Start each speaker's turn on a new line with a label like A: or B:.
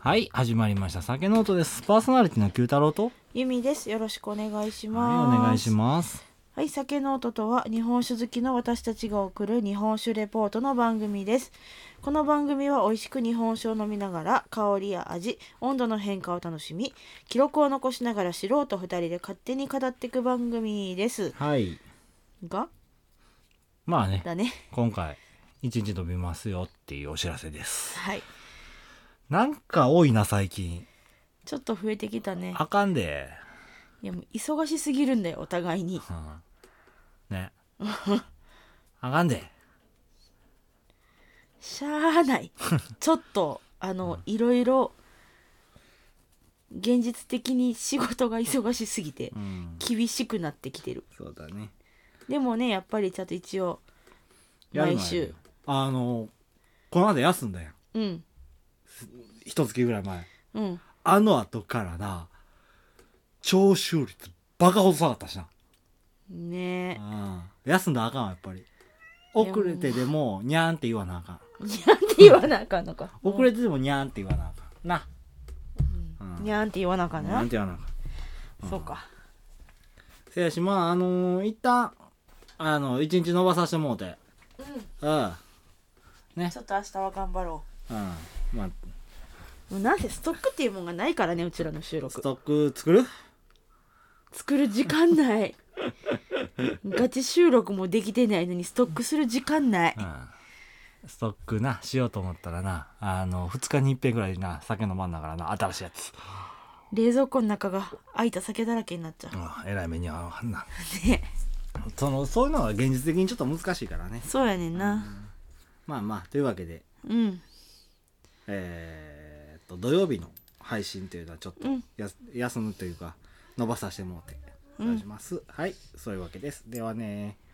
A: はい始まりました酒ノートですパーソナリティの九太郎と
B: ゆみです。よろしくお願いします。
A: はいお願いし
B: す。
A: ます
B: はい、酒ノートとは日本酒好きの私たちが送る日本酒レポートの番組です。この番組は美味しく日本酒を飲みながら香りや味、温度の変化を楽しみ、記録を残しながら素人二人で勝手に語っていく番組です。
A: はい
B: が
A: まあね
B: だね。
A: 今回一日飛びますよっていうお知らせです
B: はい。
A: なんか多いな最近
B: ちょっと増えてきたね。
A: あかんで、
B: いやもう忙しすぎるんだよお互いに。
A: うん、ね あかんで
B: しゃあない ちょっとあの、いろいろ現実的に仕事が忙しすぎて
A: うん
B: 厳しくなってきてる
A: そうだね
B: でもねやっぱりちゃんと一応
A: やるのは
B: 毎
A: やる
B: 週
A: よあのこの間休んだよ
B: うん
A: 一月ぐらい前
B: うん
A: あの後からな徴収率バカほど下がったしな
B: ね
A: うん休んだらあかんわやっぱり遅れてでもにゃーんって言わなあかん
B: えにゃんって言わなあかんのか
A: 遅れてでもにゃーんって言わなあかんな
B: うんにゃんって言わなあかん
A: にゃーん
B: な
A: って言わなあかん
B: そうか
A: せやしまああのー一旦あの一日伸ばさせてもうてうんうん
B: ちょっと明日は頑張ろ
A: まあ
B: うもうなんせストックっていうもんがないからねうちらの収
A: ス
B: 録
A: トック作る
B: 作る時間ない ガチ収録もできてないのにストックする時間ない
A: うんストックなしようと思ったらなあの2日に一遍ぐらいな酒飲まんだからな新しいやつ、
B: 冷蔵庫の中が開いた酒だらけになっちゃう
A: うん、えらい目に遭わんな
B: ね
A: そのそういうのは現実的にちょっと難しいからね
B: そうやねんな
A: まあまあというわけで
B: うん
A: えーっと土曜日の配信というのはちょっと
B: うん
A: やす、休むというか伸ばさせてもらってお願いします、はいそういうわけですではねー